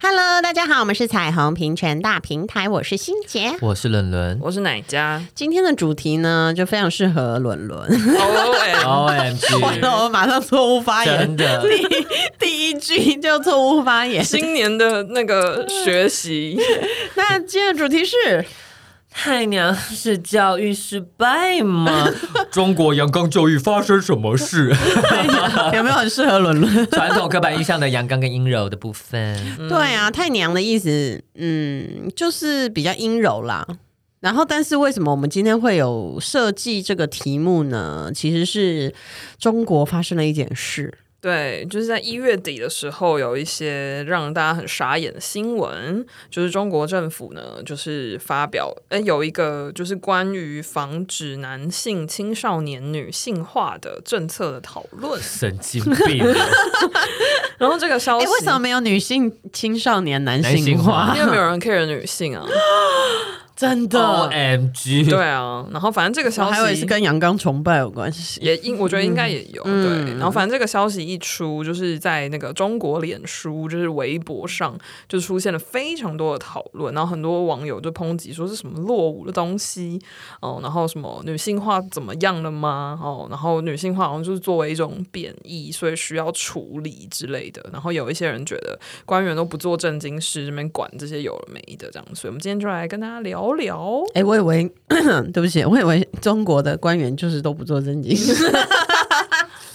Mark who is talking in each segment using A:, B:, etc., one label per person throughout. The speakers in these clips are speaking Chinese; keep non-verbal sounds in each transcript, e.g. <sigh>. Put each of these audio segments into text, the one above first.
A: Hello，大家好，我们是彩虹平权大平台，我是欣杰。
B: 我是冷伦
C: 我是哪家
A: 今天的主题呢，就非常适合伦伦。
C: ？O M，
B: ，O M <laughs> G，
A: 完了，我马上错误发
B: 真，
A: 言
B: 的，
A: 第一句就错误
C: <laughs>
A: 发言。
C: 今年的那个学习，
A: 那今天的主题是
B: 太娘是教育失败吗？ <laughs> 中国阳刚教育发生什么事？
A: 有没有很适合伦伦？
B: <laughs> 传统刻板印象的阳刚跟阴柔的部分，
A: 对啊，太娘的意思，嗯，就是比较阴柔啦。然后，但是为什么我们今天会有设计这个题目呢？其实是中国发生了一件事，
C: <laughs> 对，就是在一月底的时候，有一些让大家很傻眼的新闻，就是中国政府呢，就是发表，呃，有一个就是关于防止男性青少年女性化的政策的讨 <laughs> 论。
B: 神经病，
C: 然后这个消
A: 哎、
C: 息，
A: 为什么没有女性青少年男
B: 男性
A: 性
B: 化
C: <laughs>
A: 化？
C: 因为没有人 care 女性 <laughs> 啊，
A: 真的，
B: O M G，
C: 对啊，然后反正这个消
A: 哦哎我
C: 息
A: 还以为是跟阳刚崇拜有关系。
C: 也应我觉得应该也有、
A: 嗯
C: 对，然后反正这个消息一出，就是在那个中国脸书，就是微博上，就出现了非常多的讨论，然后很多网友就抨击说是什么落伍的东西哦，然后什么女性化怎么样了吗？哦，然后女性化好像就是作为一种贬义，所以需要处理之类的。然后有一些人觉得官员都不做正经事，这边管这些有了没的这样，所以我们今天就来跟大家聊聊。
A: 哎、我以为， <clears throat> 对不起，我以为中国的官员就是都不做正 <laughs> 经事。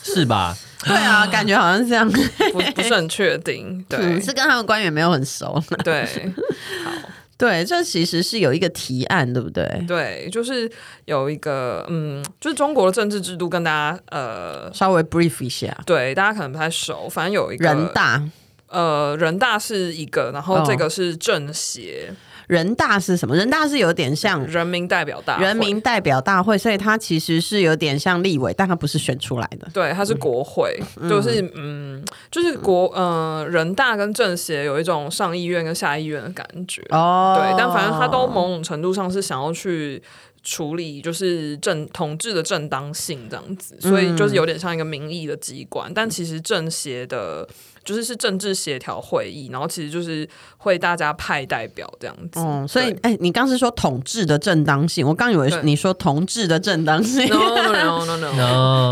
B: 是吧？
A: 对啊，感觉好像是这样。
C: 不不是很确
A: <laughs>
C: 定，对
A: 嗯，是跟他们官员没有很熟。
C: 对
A: 对，这其实是有一个提案，对不对？
C: 对，就是有一个嗯，就是中国的政治制度跟大家呃，
A: 稍微 brief 一下，
C: 对大家可能不太熟，反正有一个
A: 人大，
C: 呃，人大是一个，然后
A: 哦
C: 这个是政协、
A: 人大是什么？人大是有点像
C: 人民代表大会
A: 嗯人民代表大会，所以它其实是有点像立委，但它不是选出来的。
C: 对，它是国会，就是嗯，就是国呃，人大跟政协有一种上议院跟下议院的感觉，
A: 哦
C: 对，但反正他都某种程度上是想要去处理，就是政统治的正当性这样子，所
A: 嗯
C: 以就是有点像一个民意的机关，但其实政协的。就是是政治协调会议，然后其实就是会大家派代表这样子，
A: 嗯，所以
C: 对
A: 哎、你刚是说统治的正当性，我刚以为
C: 对
A: 你说同治的正当性，
C: no no no no，,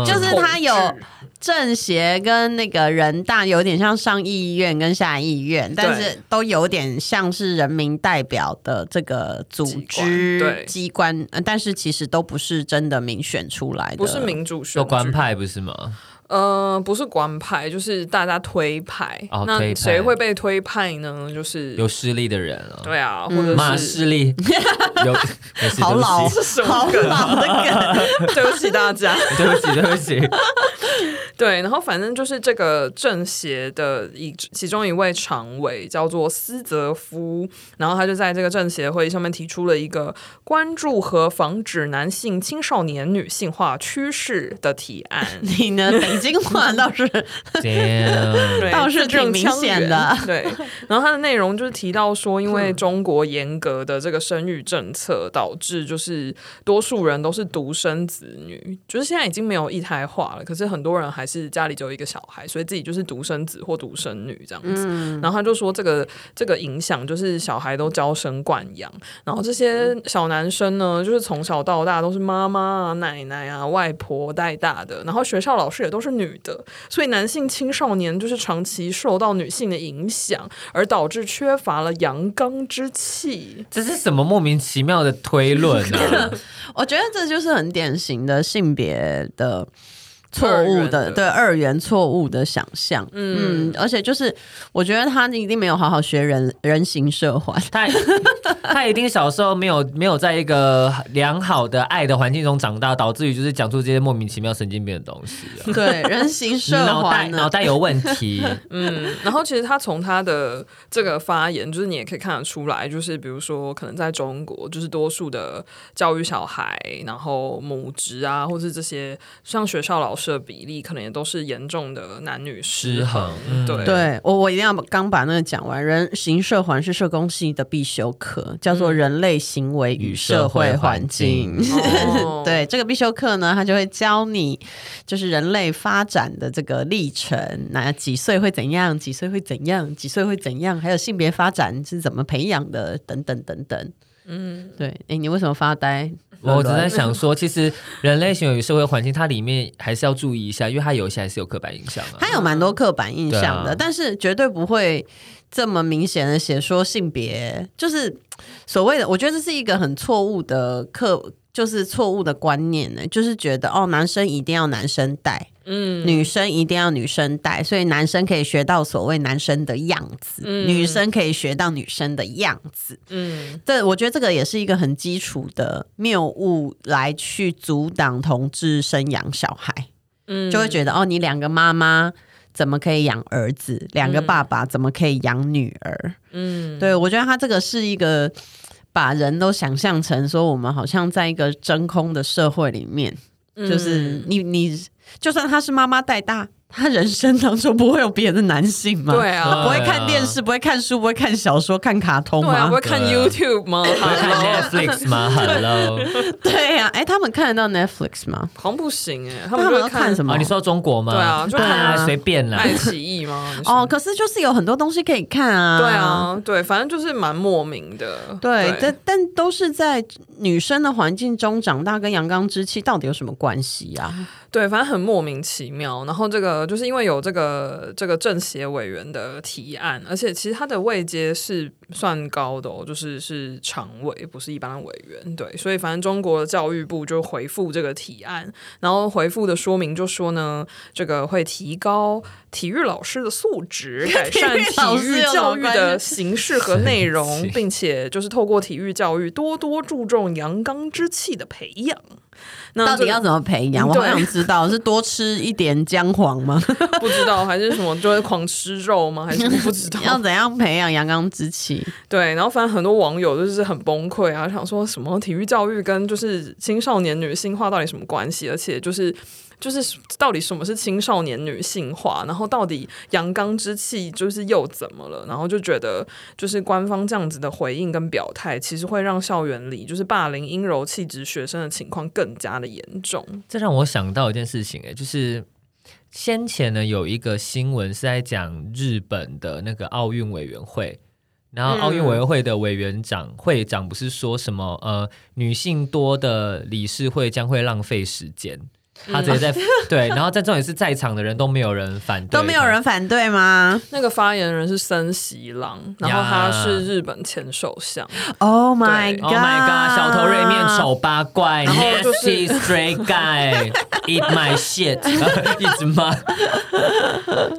A: <laughs>
B: 哦，
A: 就是他有
C: 统治
A: 政协跟那个人大有点像上议院跟下议院，但是都有点像是人民代表的这个组
C: 机关
A: 织
C: 对
A: 机关、呃但是其实都不是真的民选出来的，
C: 不是民主选
B: 说
C: 举，
B: 官呃派不是吗？
C: 呃，不是官派，就是大家推派。
B: 哦推
C: 那
B: 派
C: 谁会被推派呢？就是
B: 有势力的人啊，
C: 对啊，或者
B: 骂
A: 嗯
C: 是、
B: 势 <laughs> 力，有没事
A: 好老
B: 对不起，
A: 好老的梗，
C: 对不起大家。
B: 对不起，对不起，
C: 对，然后反正就是这个政协的一其中一位常委叫做斯泽夫，然后他就在这个政协会议上面提出了一个关注和防止男性青少年女性化趋势的提案。
A: 你
C: <laughs>
A: 呢？北京话倒是 <laughs>
B: Damn
C: 对
A: 倒是
C: 字正
A: 挺明
C: 腔
A: 显
C: 圆 <laughs> 嗯
A: 的
C: 对，然后它的内容就是提到说，因为中国严格的这个生育政策，导致就是多数人都是独生子女，就是现在已经没有一胎化了，可是很多人还是家里只有一个小孩，所以自己就是独生子或独生女这样子。然后他就说，这个这个影响就是小孩都娇生惯养，然后这些小男生呢，就是从小到大都是妈妈啊、奶奶啊、外婆带大的，然后学校老师也都是女的，所以男性青少年就是长期受到女性的影响，而导致缺乏了阳刚之气。
B: 这是什么莫名其妙的推论
C: <laughs>
B: 啊？
A: 我觉得这就是很典型的性别的错
C: 二
A: 误
C: 元
A: 的，
C: 的
A: 对二元错误的想象。嗯而且就是我觉得他一定没有好好学人人形社环。
B: 他他一定小时候没有没有在一个良好的爱的环境中长大，导致于就是讲出这些莫名其妙神经病的东西啊、
A: 对，人形
B: 你
A: 社 <laughs>
B: 脑袋
A: 环
B: 脑
A: 呢？
B: 袋有问题，
C: 嗯，然后其实他从他的这个发言，就是你也可以看得出来，就是比如说可能在中国，就是多数的教育小孩，然后母职啊，或是这些像学校老射比例，可能也都是严重的男女
B: 失衡嗯
C: 对
A: 对我，我一定要刚把那个讲完。人形社环是社工系的必修课，叫做《人类行为与社会环境》 <laughs>
B: 与社会环境
C: 哦
A: <laughs> 嗯对这个必修课呢，它就会教你，就是人类发展的这个历程，那几岁会怎样，几岁会怎样，几岁会怎样，还有性别发展是怎么培养的，等等等等。嗯，对。哎，你为什么发呆？
B: 我只
A: 伦
B: 在
A: 伦
B: 想说，其实人类行为与社会环境，它里面还是要注意一下，因为它有一些还是有刻板印象啊。
A: 他有蛮多刻板印象的，
B: 对啊
A: 但是绝对不会这么明显的写说性别，就是所谓的，我觉得这是一个很错误的刻，就是错误的观念呢、就是觉得哦，男生一定要男生带，
C: 嗯
A: 女生一定要女生带，所以男生可以学到所谓男生的样子，
C: 嗯
A: 女生可以学到女生的样子。
C: 嗯
A: 这我觉得这个也是一个很基础的谬误，来去阻挡同志生养小孩。
C: 嗯
A: 就会觉得哦，你两个妈妈怎么可以养儿子，两个爸爸怎么可以养女儿？
C: 嗯
A: 对我觉得他这个是一个把人都想象成说，我们好像在一个真空的社会里面，
C: 嗯
A: 就是你你就算他是妈妈带大，他人生当中不会有别的男性吗？
C: 对。啊，
A: 他不会
B: 对啊
A: 看电视，不会看书，不会看小说，看卡通
C: 对啊，
A: 吗
C: 不？会看
B: 对啊
C: YouTube
A: <laughs>
C: 吗？
B: 不会看 Netflix
C: <laughs>
B: 吗？Hello，
A: 对呀、啊，哎、他们看得到 Netflix 吗？
C: 好像不行哎，他
A: 那他
C: 们
A: 们
C: 就
A: 要
C: 会
A: 看什么？
B: 哦，你说中国吗？
C: 对啊就
B: 对
A: 看
B: 啊，
A: 啊
B: 随便啦。
C: 爱奇艺吗？还是什么
A: 哦，可是就是有很多东西可以看啊。
C: 对啊，对，反正就是蛮莫名 <laughs> 的。
A: 对，但但都是在女生的环境中长大，跟阳刚之气到底有什么关系啊？
C: 对，反正很莫名其妙。然后这个就是因为有这个这个政协委员的提案，而且其实他的位阶是算高的哦，就是是常委，不是一般的委员。对，所以反正中国的教育部就回复这个提案，然后回复的说明就说呢，这个会提高体育老师的素
A: <laughs>
C: 质，改善
A: 体育老
C: 体
A: 师
C: 育
A: 有什么
C: 教育
A: 关
C: 的
A: 系
C: 形式和内
A: <laughs>
B: 神
C: 容
B: 奇，
C: 并且就是透过体育教育多多注重阳刚之气的培养。那
A: 到
C: 这
A: 底
C: 个
A: 要怎么培养？我好
C: 对
A: 想知道，是多吃一点姜黄吗？
C: 不知道还是什么，就会狂吃肉吗？还是不知道？
A: <laughs> 要怎样培养阳刚之气？
C: <laughs> 对，然后反正很多网友就是很崩溃啊，想说什么体育教育跟就是青少年女性化到底什么关系？而且就是。就是到底什么是青少年女性化，然后到底阳刚之气就是又怎么了？然后就觉得就是官方这样子的回应跟表态，其实会让校园里就是霸凌阴柔气质学生的情况更加的严重。
B: 这让我想到一件事情、哎，就是先前呢有一个新闻是在讲日本的那个奥运委员会，然后奥
A: 嗯
B: 运委员会的委员长、会长不是说什么呃女性多的理事会将会浪费时间，他直接在、对，然后在重点是在场的人都没有人反对，
A: 嗯都没有人反对吗
C: 那个发言人是森喜朗，然后他是日本前首相。
A: ？Oh my
C: 对
A: god！
B: Oh my
A: 啊
B: god！小头锐面丑八怪
C: 然后就是
B: ，nasty straight guy，eat my shit，一 <laughs> 直骂，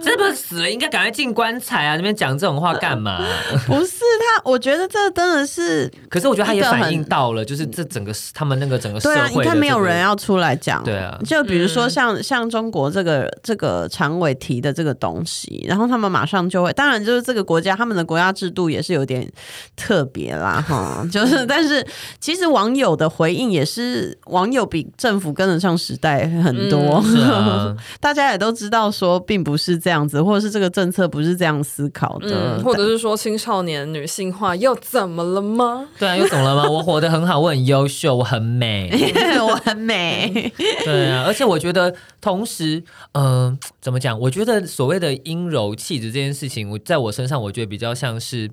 B: 这不是死了应该赶快进棺材啊！那边讲这种话干嘛？
A: 不是他，我觉得这真的是
B: 可是我觉得他也
A: 一个很
B: 反映到了，就是这整个他们那个整个社
A: 对
B: 会
A: 啊
B: 的、，这
A: 你
B: 个，
A: 看没有人要出来讲，
B: 对啊
A: 就比如
C: 嗯
A: 说像、像中国这个这个常委提的这个东西，然后他们马上就会，当然就是这个国家他们的国家制度也是有点特别啦，
C: <laughs>
A: 哈，就是但是其实网友的回应也是网友比政府跟得上时代很多，
C: 嗯
B: 是啊
A: 大家也都知道说并不是这样子，或者是这个政策不是这样思考的，
C: 嗯，或者是说青少年女性化又怎么了吗？
B: 对啊，又懂了吗？我活得很好，我很优秀，我很美。
A: <laughs> 我很美，
B: <laughs> 对啊，而且我觉得，同时，嗯、怎么讲？我觉得所谓的阴柔气质这件事情，我在我身上，我觉得比较像是。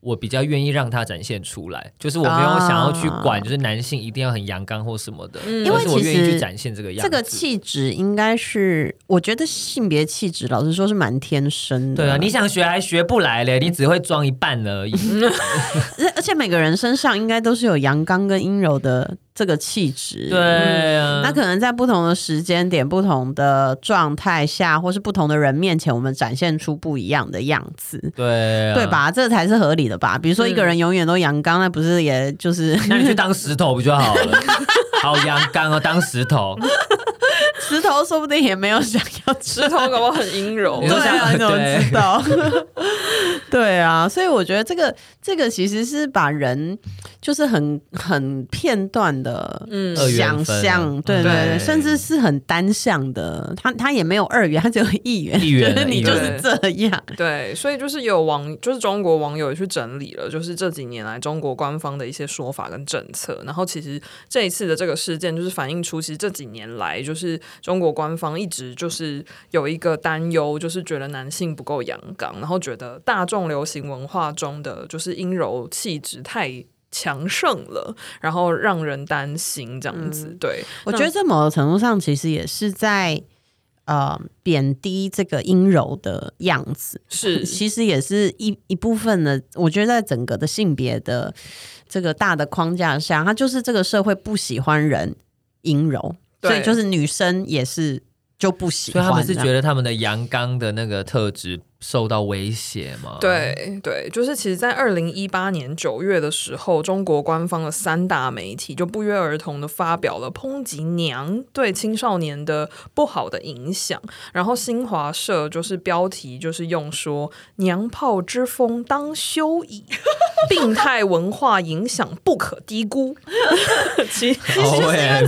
B: 我比较愿意让它展现出来，就是我没有想要去管，
A: 啊
B: 就是男性一定要很阳刚或什么的，
C: 嗯
B: 而是我
A: 因为其
B: 愿
A: 实
B: 意去展现这个样子。
A: 这个气质应该是，我觉得性别气质，老实说是蛮天生的。
B: 对啊，你想学还学不来嘞，你只会装一半
A: <laughs>
B: 而已。
A: 而而且每个人身上应该都是有阳刚跟阴柔的这个气质。。
B: 对啊，
A: 嗯那可能在不同的时间点、不同的状态下，或是不同的人面前，我们展现出不一样的样子，
B: 对啊
A: 对？吧？这才是合理的吧？比如说一个人永远都阳刚，那不是也就是 <laughs>
B: 那你去当石头不就好了？好阳刚哦，当石头。
A: 嗯石头，说不定也没有想要
C: 石头搞不好很阴柔
B: 你，说
A: 哦对啊，
B: 像
A: 你怎么
B: 对
A: 知道？ <laughs> 对啊，所以我觉得这个这个其实是把人就是很很片段的
C: 嗯
B: 二元
A: 想
B: 分啊
A: 象，对对对，
B: 对
A: 甚至是很单向的，他他也没有二元，他只有一元，
B: 一元
A: <laughs> 就是你
B: 一
A: 就
B: 元
A: 是这样，
C: 对，所以就是有网，就是中国网友也去整理了，就是这几年来中国官方的一些说法跟政策。然后其实这一次的这个事件，就是反映出其实这几年来，就是中国官方一直就是有一个担忧，就是觉得男性不够阳刚，然后觉得大众流行文化中的就是阴柔气质太。强盛了，然后让人担心这样子。对，
A: 我觉得这某种程度上其实也是在呃贬低这个阴柔的样子，
C: 是
A: 其实也是一一部分的。我觉得在整个的性别的这个大的框架下，它就是这个社会不喜欢人阴柔，
C: 对
A: 所以就是女生也是就不喜
B: 所以
A: 欢这
B: 他
A: 样，
B: 们是觉得他们的阳刚的那个特质受到威胁吗？，
C: 对对，就是其实，在二零一八年九月的时候，中国官方的三大媒体就不约而同的发表了抨击娘对青少年的不好的影响。然后新华社就是标题就是用说“娘炮之风当休矣”，病态文化影响不可低估。其
A: 其实就是因为这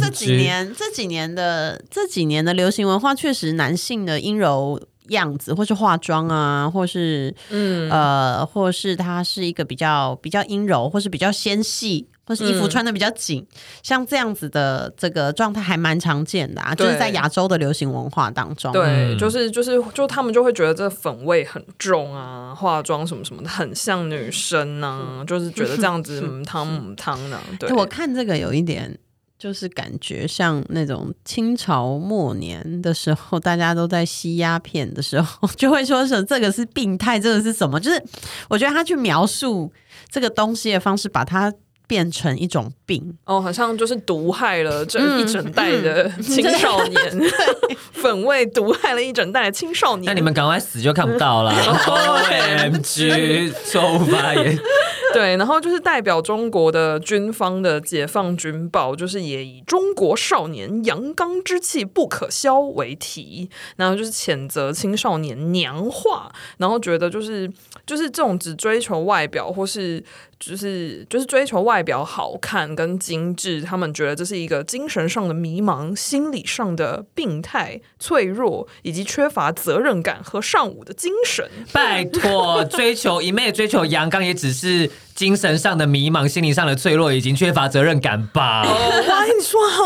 B: OMG
A: 几年、这几年的这几年的流行文化，确实男性的阴柔样子，或是化妆啊，或是嗯呃，或是他是一个比较比较阴柔，或是比较纤细，或是衣服穿的比较紧，像这样子的这个状态还蛮常见的啊，就是
C: 对
A: 在亚洲的流行文化当中。
C: 对，
B: 嗯
C: 就是就是就他们就会觉得这粉味很重啊，化妆什么什么的很像女生啊，就是觉得这样子母汤母汤呢。对
A: 诶，我看这个有一点。就是感觉像那种清朝末年的时候，大家都在吸鸦片的时候，就会说是这个是病态，这个是什么？就是我觉得他去描述这个东西的方式，把它变成一种病。
C: 哦，好像就是毒害了这一整代的青少年，粉味毒害了一整代的青少年。
B: 那你们赶快死就看不到
A: <laughs>
B: 了。OMG，周发言，
C: 对，然后就是代表中国的军方的解放军报，就是也以“中国少年阳刚之气不可消”为题，然后就是谴责青少年娘化，然后觉得就是就是这种只追求外表或是。就是就是追求外表好看跟精致，他们觉得这是一个精神上的迷茫、心理上的病态、脆弱，以及缺乏责任感和尚武的精神。
B: 拜托，追求一昧追求阳刚，也只是精神上的迷茫，心灵上的脆弱，已经缺乏责任感吧。
C: 哦哇，你说很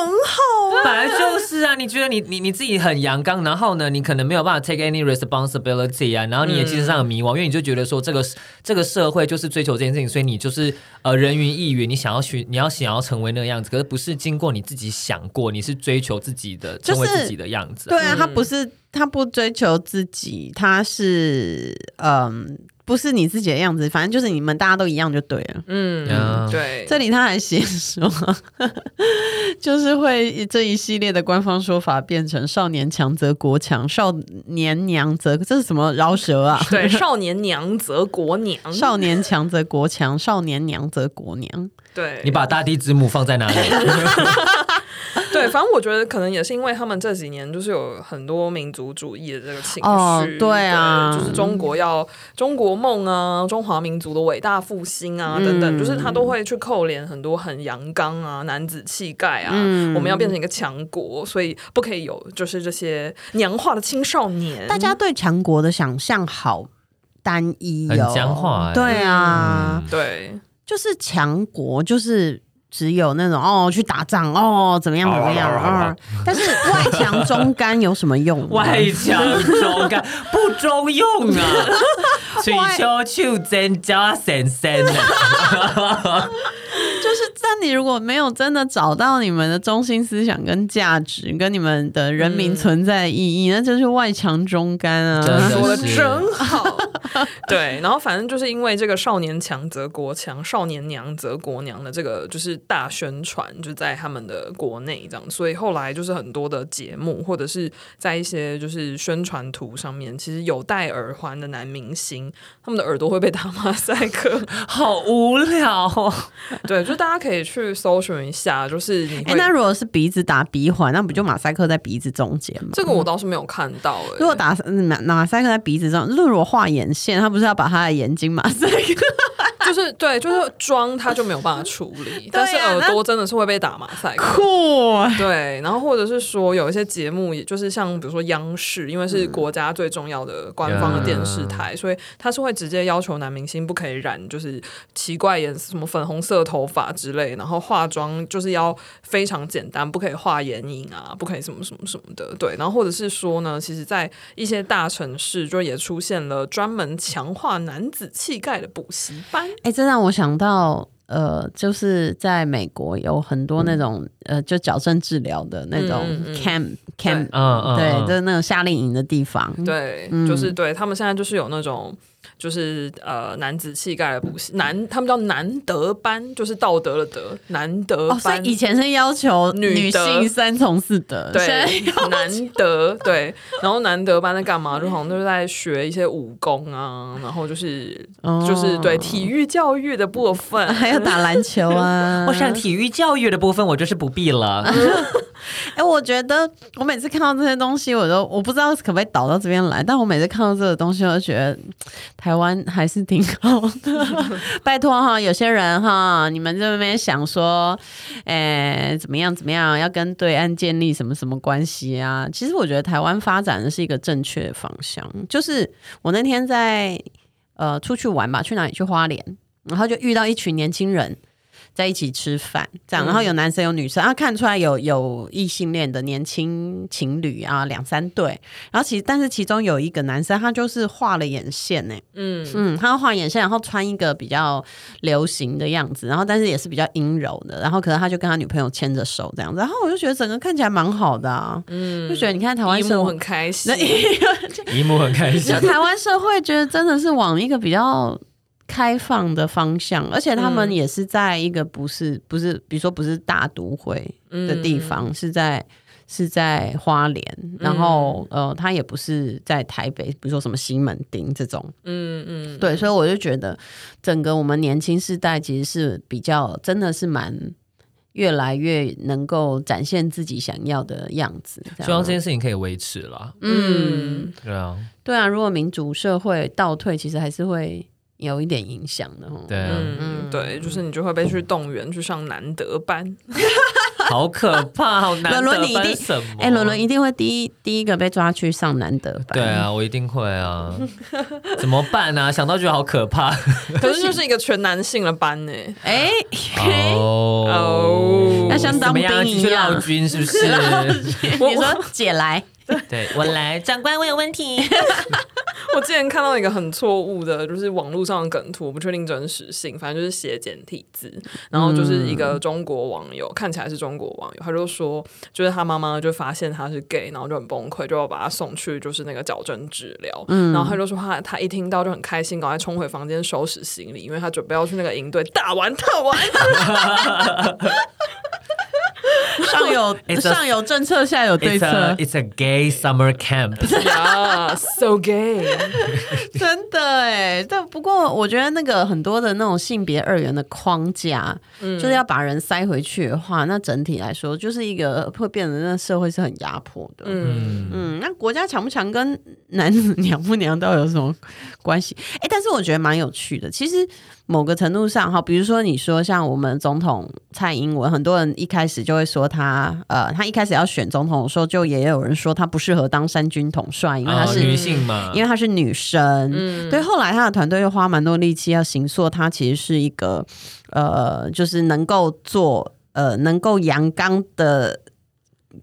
B: <laughs>
C: 好
B: 本来就是啊，你觉得你你你自己很阳刚，然后呢，你可能没有办法 take any responsibility 啊，然后你也精神上很迷惘，因为你就觉得说这个这个社会就是追求这件事情，所以你就是呃人云亦云，你想要去你要想要成为那个样子，可是不是经过你自己想过，你是追求自己的
A: 就是
B: 成为自己的样子啊、
A: 对啊，他不是他不追求自己，他是嗯，不是你自己的样子，反正就是你们大家都一样就对了。
B: 嗯
C: 嗯，对，
A: 这里他还写说， <laughs> 就是会这一系列的官方说法变成“少年强则国强，少年娘则”这是什么饶
B: <laughs>
A: 舌啊？
C: <laughs> 对，少年娘则国娘，
A: <laughs> 少年强则国强，少年娘则国娘。
B: 嗯
C: 对，
B: 你把大地之母放在哪里？
C: 对，反正我觉得可能也是因为他们这几年就是有很多民族主义的这个情绪，
A: 哦对啊
C: 就是中国要中国梦啊，中华民族的伟大复兴啊
A: 嗯
C: 等等，就是他都会去扣连很多很阳刚啊、男子气概啊，
A: 嗯
C: 我们要变成一个强国，所以不可以有就是这些娘化的青少年，
A: 大家对强国的想象好单一、哦，
B: 很僵化欸
A: 对啊，
C: 对。
A: 就是强国就是。只有那种哦，去打仗哦，怎么样怎么样哦，但是外强中干有什么用
B: <laughs>
A: 呢？ <laughs>
B: 外强中干不中用啊，追求求真加神神啊，
A: 就是，但你如果没有真的找到你们的中心思想跟价值，跟你们的人民存在的意义，那就是外强中干
B: 真
A: 啊。
B: 的
C: 说的
B: 是
C: 嗯
B: <laughs>
C: 真好，对，然后反正就是因为这个“少年强则国强，少年娘则国娘”的这个就是大宣传，就在他们的国内这样，所以后来就是很多的节目或者是在一些就是宣传图上面，其实有戴耳环的男明星，他们的耳朵会被打马赛
B: <laughs>
C: 克。
B: 好无聊哦。
C: 对，就大家可以去搜寻一下，就是你
A: 哎、
C: 会、
A: 那如果是鼻子打鼻环，那不就马赛克在鼻子中间吗？
C: 这个我倒是没有看到、欸，
A: 如果打嗯马马赛克在鼻子中，如果画眼现，他不是要把他的眼睛马赛克？
C: 就是对，就是妆他就没有办法处
B: <laughs>
C: 理，
B: 啊
C: 但是耳朵真的是会被打马赛克。
A: 酷欸，
C: 对，然后或者是说有一些节目，也就是像比如说央视，因为是国家最重要的官方的电视台，所以他是会直接要求男明星不可以染就是奇怪颜色，什么粉红色头发之类，然后化妆就是要非常简单，不可以画眼影啊，不可以什么什么什么的。对，然后或者是说呢，其实，在一些大城市就也出现了专门强化男子气概的补习班。
A: 哎、这让我想到，呃，就是在美国有很多那种、呃，就矫正治疗的那种
C: 嗯嗯
A: camp、camp，
B: 嗯嗯，
A: 对，
B: 嗯。
A: 就是那种夏令营的地方。
C: 对，
A: 嗯
C: 就是对他们现在就是有那种。就是呃，男子气概的补习，男他们叫男德班，就是道德的德，男德
A: 哦，所
C: 班。
A: 以以前是要求
C: 女
A: 女
C: 德
A: 性三从四德，现在
C: 对，男德对，然后男德班在干嘛？就好像就是在学一些武功啊，然后就是、
A: 哦
C: 就是对体育教育的部分。
A: <laughs> 还有打篮球啊
C: <laughs>
B: 我想体育教育的部分我就是不必
A: <laughs>
B: 了，
A: 哎、我觉得我每次看到这些东西，我都我不知道可不可以导到这边来，但我每次看到这个东西，我就觉得嗯台湾还是挺好的。 <laughs> 拜托哈，有些人哈，你们这边想说，哎、怎么样怎么样，要跟对岸建立什么什么关系啊？其实我觉得台湾发展的是一个正确的方向。就是我那天在呃出去玩吧，去哪里？去花莲，然后就遇到一群年轻人。在一起吃饭，这样，然后有男生有女生，啊，看出来有有异性恋的年轻情侣啊，两三对，然后其但是其中有一个男生他就是画了眼线呢、
C: 嗯，
A: 嗯，他画眼线，然后穿一个比较流行的样子，然后但是也是比较阴柔的，然后可能他就跟他女朋友牵着手这样子，然后我就觉得整个看起来蛮好的啊，嗯，就觉得你看台湾
C: 一
A: 社
C: 幕
A: 会
C: 很开心，
B: 姨母很开心
A: 就。台湾社会觉得真的是往一个比较开放的方向，而且他们
C: 嗯
A: 也是在一个不是不是，比如说不是大都会
C: 嗯
A: 的地方，是在是在花莲，然后、呃，他也不是在台北，比如说什么西门町这种，
C: 嗯嗯，
A: 对，所以我就觉得整个我们年轻世代其实是比较真的是蛮。越来越能够展现自己想要的样子，
B: <laughs>
A: 这样
B: 希望这件事情可以维持了。
A: 嗯，
B: 对啊，
A: 对啊，如果民主社会倒退，其实还是会有一点影响的哦。
B: 对啊，
C: 嗯，对，就是你就会被去动员去上男德
A: <laughs>
C: 班，
B: 好可怕，好难
A: 伦伦
B: 得
A: 你一
B: 分
A: 定
B: 什么？
A: 哎，伦伦一定会第一第一个被抓去上南德班。
B: 对啊，我一定会啊，怎么办啊？想到觉得好可怕
C: 可是就是一个全男性的班呢、
A: 哎，
B: 哦
C: 哦那
A: 像当
B: 怎么样
A: 兵一
B: 去
A: 样
B: 闹军是不是？
A: 你说姐来，
B: <laughs> 对我来，长官我有问题。
C: <laughs> 我之前看到一个很错误的，就是网络上的梗图，我不确定真实性，反正就是写简体字，然后就是一个中国网友，看起来是中国网友，他就说，就是他妈妈就发现他是 gay，然后就很崩溃，就要把他送去就是那个矫正治疗，然后他就说他他一听到就很开心，赶快冲回房间收拾行李，因为他准备要去那个营队大玩特 <laughs> 玩，
A: 上有
B: <laughs> It's a-
A: 上有政策，下有对
B: It's
A: 策
B: a，it's a gay summer
A: <laughs>
B: camp。
C: 呀，so gay，
A: 真的哎。但不过我觉得那个很多的那种性别二元的框架，就是要把人塞回去的话，那整体来说就是一个会变得那社会是很压迫的。
C: 嗯。
B: 嗯，
A: 嗯，那国家强不强跟男子娘不娘到底有什么关系？哎、但是我觉得蛮有趣的。其实某个程度上，哈，比如说你说像我们总统蔡英文，很多人一开始就会说他，呃，他一开始要选总统的时候，就也有人说他不适合当三军统帅，因为他
B: 啊，
A: 是、
B: 女性嘛，
C: 嗯
A: 因为她是女生，对。后来她的团队又花蛮多力气要行塑她其实是一个呃，就是能够做呃，能够阳刚的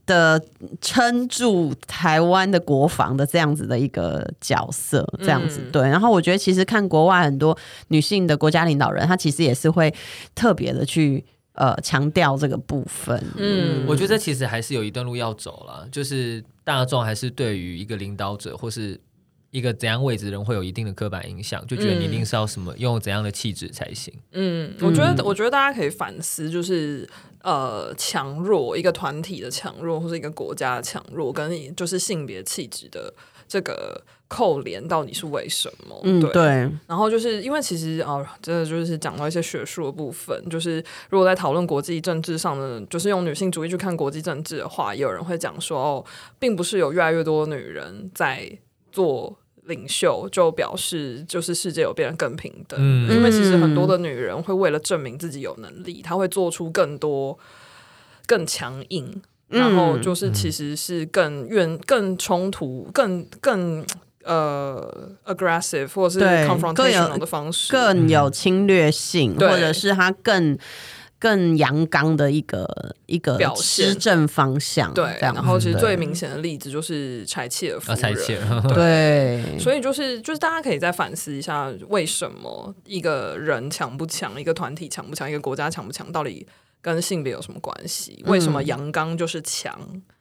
A: 的撑住台湾的国防的这样子的一个角色，这样子、
C: 嗯
A: 对。然后我觉得其实看国外很多女性的国家领导人，她其实也是会特别的去呃强调这个部分，
C: 嗯
B: 我觉得其实还是有一段路要走了，就是大众还是对于一个领导者或是一个怎样位置的人会有一定的刻板印象，就觉得
A: 嗯
B: 你一定是要什么、用怎样的气质才行。
C: 嗯，我觉得，我觉得大家可以反思，就是呃，强弱一个团体的强弱，或是一个国家的强弱，跟你就是性别气质的这个扣连，到底是为什么？
A: 嗯，对，
C: 然后就是因为其实啊、哦，真的就是讲到一些学术的部分，就是如果在讨论国际政治上的，就是用女性主义去看国际政治的话，也有人会讲说，哦，并不是有越来越多的女人在做领袖就表示，就是世界有变得更平等，
B: 嗯
C: 因为其实很多的女人会为了证明自己有能力，她会做出更多更强硬，然后
A: 嗯
C: 就是其实是更愿、更冲突、更更呃 aggressive 或者是
A: 对更有
C: confrontational 的方式，
B: 嗯
A: 更有侵略性，
C: 对
A: 或者是他更更阳刚的一个一个
C: 表现
A: 施政方向。
C: 对。
A: 这样
C: 然后其实
A: 子
B: 嗯
C: 最明显的例子就是哦柴契尔夫
B: 啊，
C: 人，
B: 才切， <laughs>
A: 对，
C: 所以就是就是大家可以再反思一下，为什么一个人强不强，一个团体强不强，一个国家强不强，到底跟性别有什么关系？为
A: 嗯
C: 什么阳刚就是强？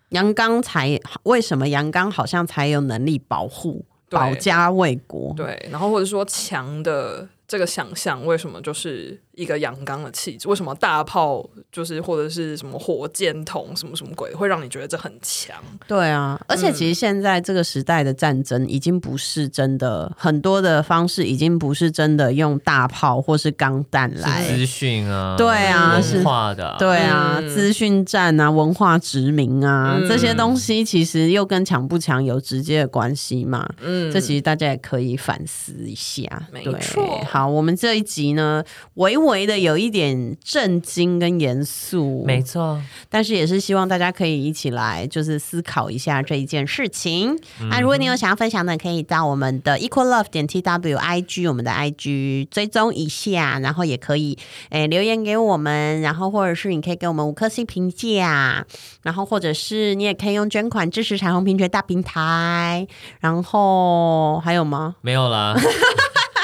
A: 阳刚才为什么阳刚好像才有能力保护
C: 对
A: 保家卫国？
C: 对，然后或者说强的这个想象，为什么就是一个阳刚的气质？为什么大炮就是或者是什么火箭筒什么什么鬼，会让你觉得这很强？
A: 对
C: 嗯
A: 啊，而且其实现在这个时代的战争已经不是真的，很多的方式已经不是真的用大炮或是钢弹来
B: 是资讯啊，
A: 对啊
B: 文化的啊、
A: 对啊，
C: 嗯
A: 资讯战啊，文化殖民啊，
C: 嗯
A: 这些东西其实又跟强不强有直接的关系嘛。
C: 嗯，
A: 这其实大家也可以反思一下，
C: 没
A: 对
C: 错
A: 好，我们这一集呢，微微的有一点震惊跟严肃，
B: 没错，
A: 但是也是希望大家可以一起来，就是思考一下这一件事情。
C: 嗯
A: 那、如果你有想要分享的，可以到我们的 equal love 点 t w i g 我们的 i g 追踪一下，然后也可以诶、留言给我们，然后或者是你可以给我们五颗星评价，然后或者是你也可以用捐款支持彩虹平权大平台，然后还有吗？
B: 没有
A: <laughs>
B: 啦，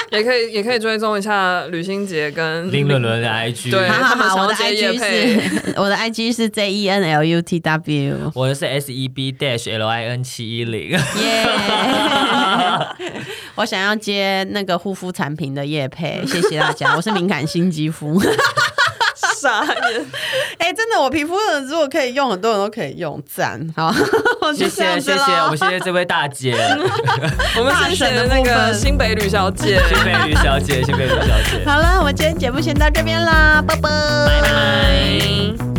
C: 也可以也可以追踪一下吕新杰跟
B: 林伦伦的 IG，
C: 对
A: <laughs> 好好
C: 他们
A: 好，
C: 想
A: 我
C: 要
A: 的
C: 接业
A: IG 是 <laughs> 我的 IG 是 J E N L U T
B: <laughs>
A: W，
B: 我的是 S E B dash L I N 七一零，
A: 耶！ <laughs> 我想要接那个护肤产品的叶 <laughs> 配，谢谢大家。我是敏感性肌肤，
C: 傻眼，
A: <laughs> 哎、真的，我皮肤如果可以用，很多人都可以用，赞。好， <laughs> 我
B: 谢
A: 就这
B: 谢
A: 样子
B: 谢谢，我
A: 咯
B: 们谢谢这位大
A: <laughs>
B: 姐，
C: 我们谢谢那个新北吕小姐。
B: 谢谢吕小姐，谢谢吕小姐。
A: <laughs> 好了，我们今天节目先到这边啦，拜拜，拜
B: 拜。